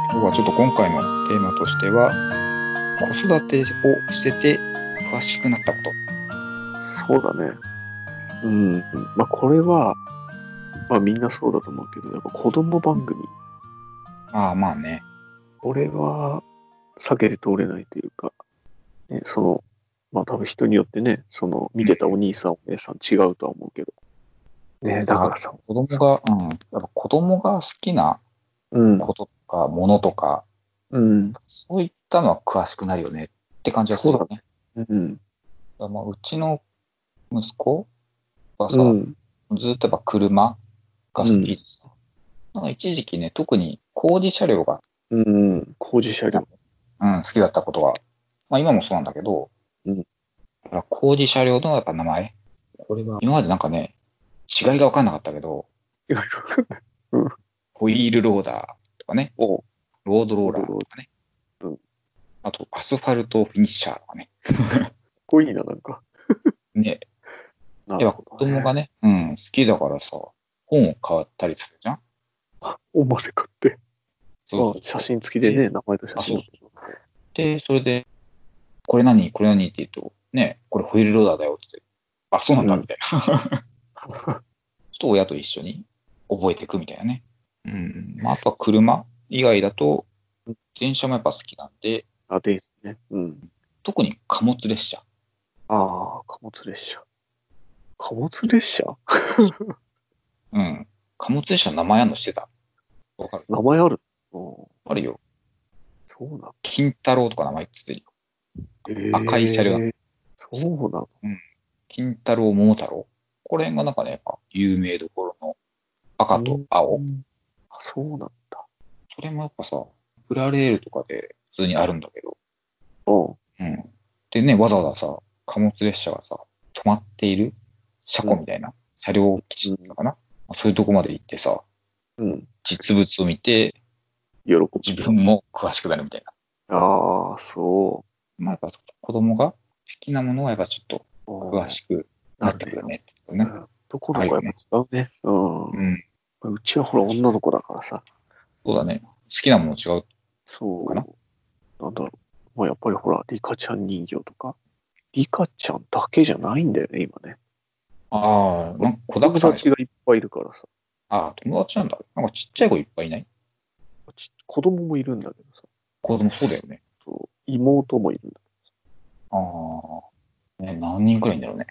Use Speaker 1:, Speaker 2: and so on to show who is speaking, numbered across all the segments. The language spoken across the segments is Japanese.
Speaker 1: 今回のテーマとしては子育てをしてて詳しくなったこと
Speaker 2: そうだね。うん。まあ、これは、まあ、みんなそうだと思うけど、やっぱ子供番組、
Speaker 1: ああまあね
Speaker 2: これは避けて通れないというか、ね、その、まあ、多分人によってね、その、見てたお兄さん、お姉さん違うとは思うけど。ね、だからさ、
Speaker 1: 子供が、うん、やっぱ子供が好きな
Speaker 2: うん。
Speaker 1: こととかものとか
Speaker 2: うん。
Speaker 1: そういったのは詳しくなるよねって感じがするよね
Speaker 2: うん。
Speaker 1: う,、まあ、うちの息子はさ、
Speaker 2: うん。
Speaker 1: ずっとやっぱ車が好きです、なんか一時期ね特に工事車両が、
Speaker 2: うん。工事車両。
Speaker 1: うん、好きだったことが、まあ、今もそうなんだけど、
Speaker 2: うん
Speaker 1: だから工事車両のやっぱ名前
Speaker 2: これは。
Speaker 1: 今までなんかね違いが分かんなかったけどホイールローダーとかね
Speaker 2: お
Speaker 1: ロードローラーとかね、
Speaker 2: うん
Speaker 1: あとアスファルトフィニッシャーとかね
Speaker 2: こういいな、なんか。
Speaker 1: ね
Speaker 2: な
Speaker 1: や
Speaker 2: る
Speaker 1: っぱ
Speaker 2: ほ
Speaker 1: 子
Speaker 2: どね
Speaker 1: 供がね、うん、好きだからさ、本を買ったりするじゃん
Speaker 2: おまで買って。
Speaker 1: そう
Speaker 2: あ写真付きでね、名前と写真。
Speaker 1: あで、それで、これ何これ何って言うと、ね、これホイールローダーだよって言って、あ、そうなんだ
Speaker 2: うん
Speaker 1: みたいな。 ちょっと親と一緒に覚えていくみたいなね。うん。まあ、あとは車以外だと、電車もやっぱ好きなんで、
Speaker 2: あ、ですね。うん。
Speaker 1: 特に貨物列車。
Speaker 2: ああ、貨物列車。貨物列車
Speaker 1: うん。貨物列車の名前あるのしてた。わかる
Speaker 2: 名前あるの
Speaker 1: あるよ。
Speaker 2: そうなの、
Speaker 1: 金太郎とか名前つってるよ。
Speaker 2: え
Speaker 1: 赤い車両だ
Speaker 2: そうなの
Speaker 1: 金太郎、桃太郎。これがなんかね、やっぱ有名どころの赤と青。
Speaker 2: あそうなんだ。
Speaker 1: それもやっぱさ、プラレールとかで普通にあるんだけど。
Speaker 2: う
Speaker 1: う
Speaker 2: ん。
Speaker 1: ん。でね、わざわざさ、貨物列車がさ、止まっている車庫みたいな、車両基地っていうのかな、そういうとこまで行ってさ、
Speaker 2: うん。
Speaker 1: 実物を見て、
Speaker 2: 喜ぶ。
Speaker 1: 自分も詳しくなるみたいな。
Speaker 2: ああ、そ
Speaker 1: まあやっぱ子供が好きなものはやっぱちょっと
Speaker 2: う。
Speaker 1: 詳しくなってくるねってこと
Speaker 2: う
Speaker 1: ね。
Speaker 2: ん。ところがやっぱ違うね。うん
Speaker 1: うん。。
Speaker 2: うちはほら女の子だからさ。
Speaker 1: そうだね。好きなもの違う。
Speaker 2: そう。
Speaker 1: かな
Speaker 2: なんだろう。まあやっぱりほら、リカちゃん人形とか。リカちゃんだけじゃないんだよね、今ね。
Speaker 1: ああ、なんか子だく
Speaker 2: 友
Speaker 1: さん
Speaker 2: 達がいっぱいいるからさ。
Speaker 1: ああ、友達なんだ。なんかちっちゃい子いっぱいいない
Speaker 2: ち子供もいるんだけどさ。
Speaker 1: 子供そうだよね。
Speaker 2: そう妹もいるんだ
Speaker 1: ああ。ね、何人くらいいんだろうね。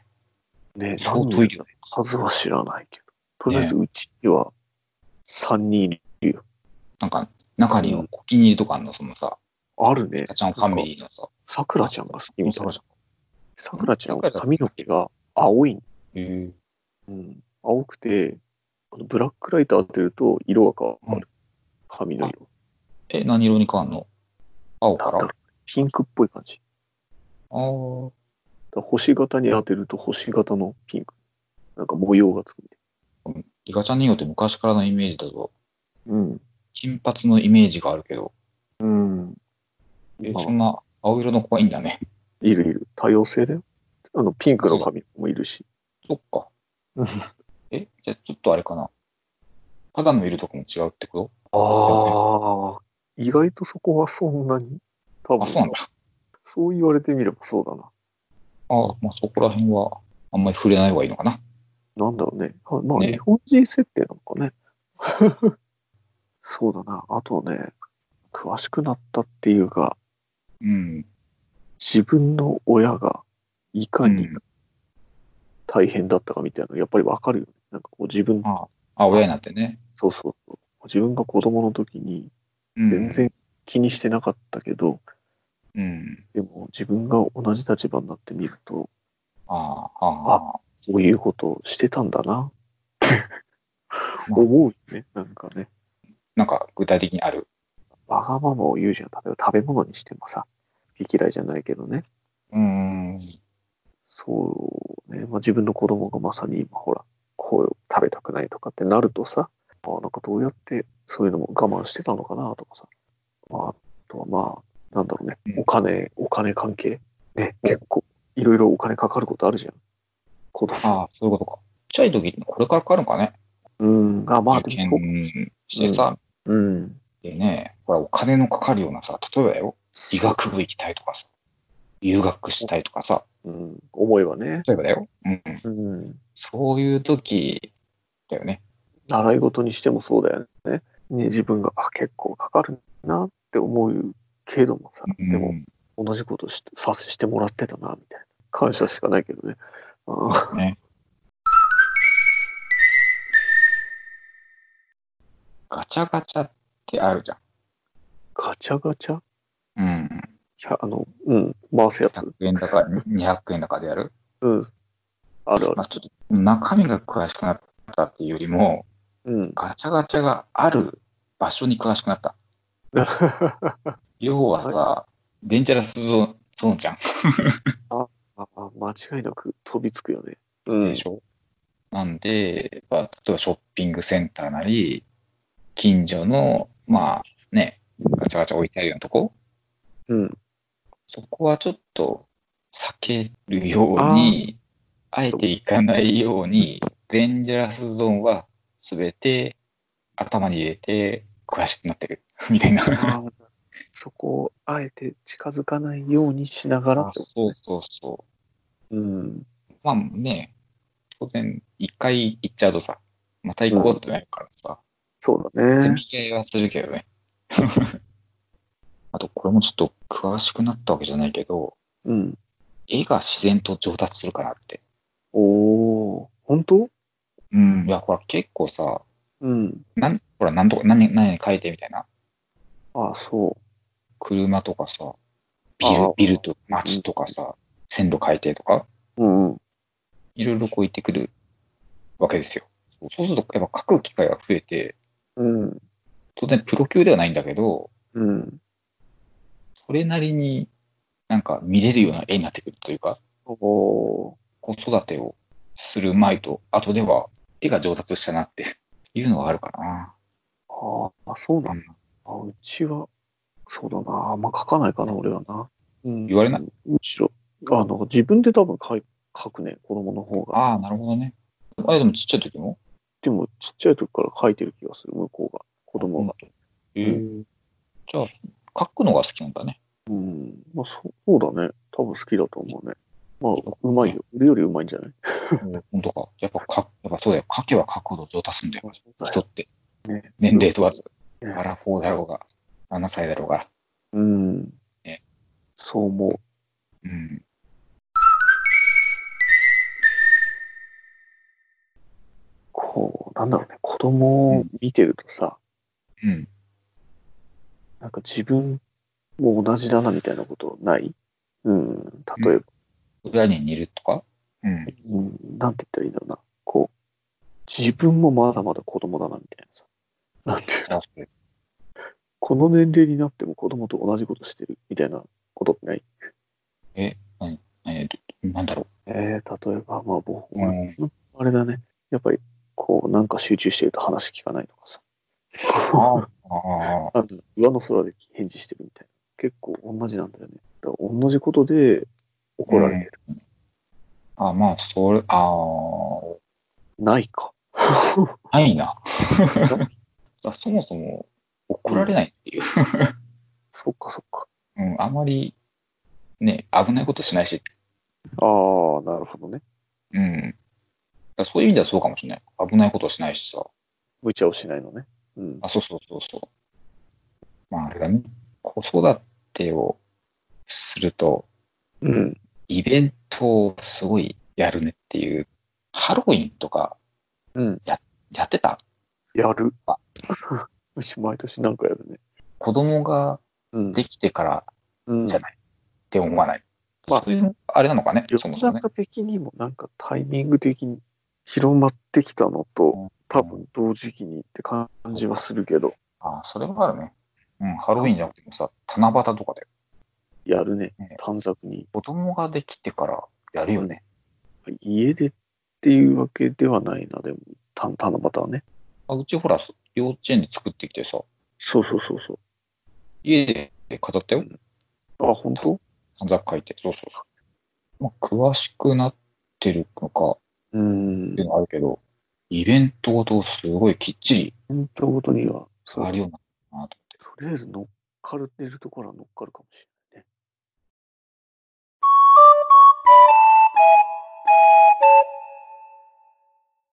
Speaker 2: ね、
Speaker 1: 相
Speaker 2: 何
Speaker 1: 当い
Speaker 2: 人
Speaker 1: るよね。
Speaker 2: 数は知らないけど。とりあえず、うちには3人いる。
Speaker 1: なんか、中にはお気に入りとかあんの、そのさ、
Speaker 2: あるね
Speaker 1: ガ。ちゃんファミリーのさ、
Speaker 2: さくらちゃんが好きみたいな。
Speaker 1: さ
Speaker 2: さくらちゃ
Speaker 1: さ
Speaker 2: んは
Speaker 1: くらちゃん
Speaker 2: 髪の毛が青い。
Speaker 1: へえ
Speaker 2: うん、青くて、あのブラックライト当てると色が変わる。髪の色。
Speaker 1: え、何色に変わんの青か
Speaker 2: なん
Speaker 1: ら
Speaker 2: だろうピンクっぽい感じ。
Speaker 1: あー
Speaker 2: だから星型に当てると星型のピンク。なんか模様がつくみたい
Speaker 1: リカちゃん人形って昔からのイメージだと、
Speaker 2: うん。
Speaker 1: 金髪のイメージがあるけど、
Speaker 2: うん。
Speaker 1: え
Speaker 2: まあ
Speaker 1: そんな青色の子がいいんだね。
Speaker 2: いるいる。多様性だよ。あの、ピンクの髪もいるし。
Speaker 1: そっか
Speaker 2: うん。
Speaker 1: え、じゃあちょっとあれかな。肌の色とかも違うってこ
Speaker 2: ああ、意外とそこはそんなに、多
Speaker 1: とあ、
Speaker 2: 分
Speaker 1: そうなんだ。
Speaker 2: そう言われてみればそうだな。
Speaker 1: ああ、まあそこら辺は、あんまり触れない方がいいのかな。
Speaker 2: なんだろうね。あまあ、
Speaker 1: ね
Speaker 2: 日本人設定なのかね。 そうだな。あとね、詳しくなったっていうか、
Speaker 1: うん。
Speaker 2: 自分の親がいかに
Speaker 1: うん
Speaker 2: 大変だったかみたいなの、やっぱりわかるよね。なんかこう自分、
Speaker 1: ああ、親になってね。
Speaker 2: そうそうそう。自分が子供の時に
Speaker 1: うん
Speaker 2: 全。然気にしてなかったけど、
Speaker 1: うん。
Speaker 2: でも自分が同じ立場になってみると、
Speaker 1: ああ、ああ。
Speaker 2: そういうことをしてたんだな。
Speaker 1: まあ
Speaker 2: 思うよね。なんかね。
Speaker 1: なんか具体的にある。
Speaker 2: わがままを言うじゃん。例えば食べ物にしてもさ、好き嫌いじゃないけどね。
Speaker 1: うん。
Speaker 2: そうね。まあ、自分の子供がまさに今ほら、こう食べたくないとかってなるとさ、あなんかどうやってそういうのも我慢してたのかなとかさ。まあ、あとはまあ、なんだろうね
Speaker 1: う。ん
Speaker 2: お金、お金関係。ね、結構、いろいろお金かかることあるじゃん。子供。
Speaker 1: ああ、そういうことか。ちっちゃい時にこれからかかるのかね。
Speaker 2: うん。あ、まあ、
Speaker 1: 受
Speaker 2: でも、
Speaker 1: 験してさ、
Speaker 2: うん。
Speaker 1: でね、これお金のかかるようなさ、例えばよ、医学部行きたいとかさ、留学したいとかさ、
Speaker 2: うん、思いはね。
Speaker 1: 例えばだよ、うん、
Speaker 2: うん。
Speaker 1: そういう時だよね。
Speaker 2: 習い事にしてもそうだよね。ね自分があ結構かかるなって思うけどもさ、
Speaker 1: うん
Speaker 2: でも同じことしさせしてもらってたなみたいな感謝しかないけどね。あ
Speaker 1: ガチャガチャってあるじゃ
Speaker 2: ガチャガチャ
Speaker 1: ん。うん。
Speaker 2: ひゃあの、うん、回すやつ
Speaker 1: 100。円だか200円だかでやる。
Speaker 2: うん。あるある。
Speaker 1: まあ、ちょっと中身が詳しくなったっていうよりも、
Speaker 2: うん。
Speaker 1: ガチャガチャがある場所に詳しくなった。要はさ、デンジャラスゾーンゾーンじゃん。
Speaker 2: ああ間違いなく飛びつくよね。うん
Speaker 1: で。しょ、なんで、まあ、例えばショッピングセンターなり、近所の、まあね、ガチャガチャ置いてあるようなとこ、
Speaker 2: うん。
Speaker 1: そこはちょっと避けるように、あえて行かないように、デンジャラスゾーンはすべて頭に入れて詳しくなってる、 みたいな。
Speaker 2: あーそこをあえて近づかないようにしながら
Speaker 1: あ
Speaker 2: って こ
Speaker 1: そうそうそ
Speaker 2: と。うん。
Speaker 1: う。まあね、当然、一回行っちゃうとさ、また行こうってなるからさ、
Speaker 2: そう
Speaker 1: せ
Speaker 2: だね
Speaker 1: め。ぎ合いはするけどね。 あと、これもちょっと詳しくなったわけじゃないけど、
Speaker 2: うん。
Speaker 1: 絵が自然と上達するかなって。
Speaker 2: おお本当
Speaker 1: うん。いや、ほら、結構さ、
Speaker 2: うん。
Speaker 1: なんほら、なんとか、何、何描いてみたいな。
Speaker 2: ああ、そ
Speaker 1: 車とかさ、ビ
Speaker 2: あ
Speaker 1: ル
Speaker 2: ー、
Speaker 1: ビルと街とかさ、線路改定とか、
Speaker 2: う。うん、うん。
Speaker 1: いろいろこう言ってくるわけですよ。そうすると、やっぱ描く機会が増えて、
Speaker 2: うん。
Speaker 1: 当然プロ級ではないんだけど、
Speaker 2: うん。
Speaker 1: それなりになんか見れるような絵になってくるというか、
Speaker 2: おお
Speaker 1: 子育てをする前と後では絵が上達したなっていうのはあるかな。
Speaker 2: ーああ、そうなんだ。あうちは、そうだな。あんま書かないかな、俺はな。うん
Speaker 1: 言われない
Speaker 2: むしろ、あの、自分で多分書い書くね、子供の方が。
Speaker 1: ああ、なるほどね。あでもちっちゃい時も
Speaker 2: でも、ちっちゃい時から書いてる気がする、向こうが。子供が。
Speaker 1: え
Speaker 2: う
Speaker 1: ー
Speaker 2: ん。
Speaker 1: じゃあ、描くのが好きなんだね。
Speaker 2: うん。まあ、そうそうだね。多分好きだと思うね。まあ、うまいよ。俺よりうまいんじゃない
Speaker 1: 本当か。やっぱ描く、やっぱそうだよ。描けば描くほど上達するんだよ。人って
Speaker 2: ね。
Speaker 1: 年齢問わず。
Speaker 2: うん
Speaker 1: アラフォーだろうが、7歳だろうが。
Speaker 2: うん
Speaker 1: ね。
Speaker 2: そう思
Speaker 1: う
Speaker 2: う。
Speaker 1: ん。
Speaker 2: こう、なんだろうね、子供を見てるとさ、
Speaker 1: うん。
Speaker 2: なんか自分も同じだなみたいなことないうん、例えば、
Speaker 1: 裏に似るとかうん。
Speaker 2: うん、なんて言ったらいいんだろうな、こう、自分もまだまだ子供だなみたいなさ、なんていうの
Speaker 1: あそれ
Speaker 2: この年齢になっても子供と同じことしてるみたいなことってない
Speaker 1: えーなんだろ
Speaker 2: えー、例えば、まあ、僕
Speaker 1: う。う
Speaker 2: は、
Speaker 1: ん。
Speaker 2: あれだね、やっぱり、こう、なんか集中してると話聞かないとかさ、
Speaker 1: ああ。
Speaker 2: あの上の空で返事してるみたいな。結構同じなんだよね。だから同じことで怒られてる。
Speaker 1: あ、まあ、それ、ああ。
Speaker 2: ないか。
Speaker 1: ないな。 だそもそも怒られないっていう。
Speaker 2: そっかそっか。
Speaker 1: うん、あまり、ね、危ないことしないし、
Speaker 2: ああ、なるほどね。
Speaker 1: うん。だそういう意味ではそうかもしれない。危ないことしないしさ。
Speaker 2: 無茶をしないのね。うん。
Speaker 1: あ、そうそうそうそう。まあ、あれだね。子育てをすると、
Speaker 2: うん。
Speaker 1: イベントをすごいやるねっていう。ハロウィンとか
Speaker 2: うん。
Speaker 1: やってた
Speaker 2: やる
Speaker 1: あ。
Speaker 2: うち毎年なんかやるね。
Speaker 1: 子供が
Speaker 2: うん。
Speaker 1: できてから
Speaker 2: うん、
Speaker 1: じゃない、って思わない。
Speaker 2: まあ
Speaker 1: そういう、あれなのかね、
Speaker 2: 世
Speaker 1: そもそ
Speaker 2: の
Speaker 1: もね。
Speaker 2: 中的にもなんかタイミング的に広まってきたの
Speaker 1: う
Speaker 2: と
Speaker 1: ん、
Speaker 2: 多分同時期にって感じはするけど、
Speaker 1: ああ、それはあるね。うん、ハロウィンじゃなくてもさ、七夕とかで
Speaker 2: やるね
Speaker 1: ね。
Speaker 2: 短冊に。
Speaker 1: 子供ができてからやるよね。
Speaker 2: 家でっていうわけではないな、でも、た七夕はね。
Speaker 1: あうちほら、幼稚園で作ってきてさ、
Speaker 2: そうそうそうそ
Speaker 1: 家で飾ったよ。
Speaker 2: う。あ、本当
Speaker 1: 短冊書いて。そうそうそう。まあ、詳しくなってるのか
Speaker 2: うん
Speaker 1: っていう。のはあるけど、イベントごとすごいきっちり
Speaker 2: 本当ごとには、そう
Speaker 1: あるようになったなと思って。
Speaker 2: りあえず乗っかるってるところは乗っかるかもしれない。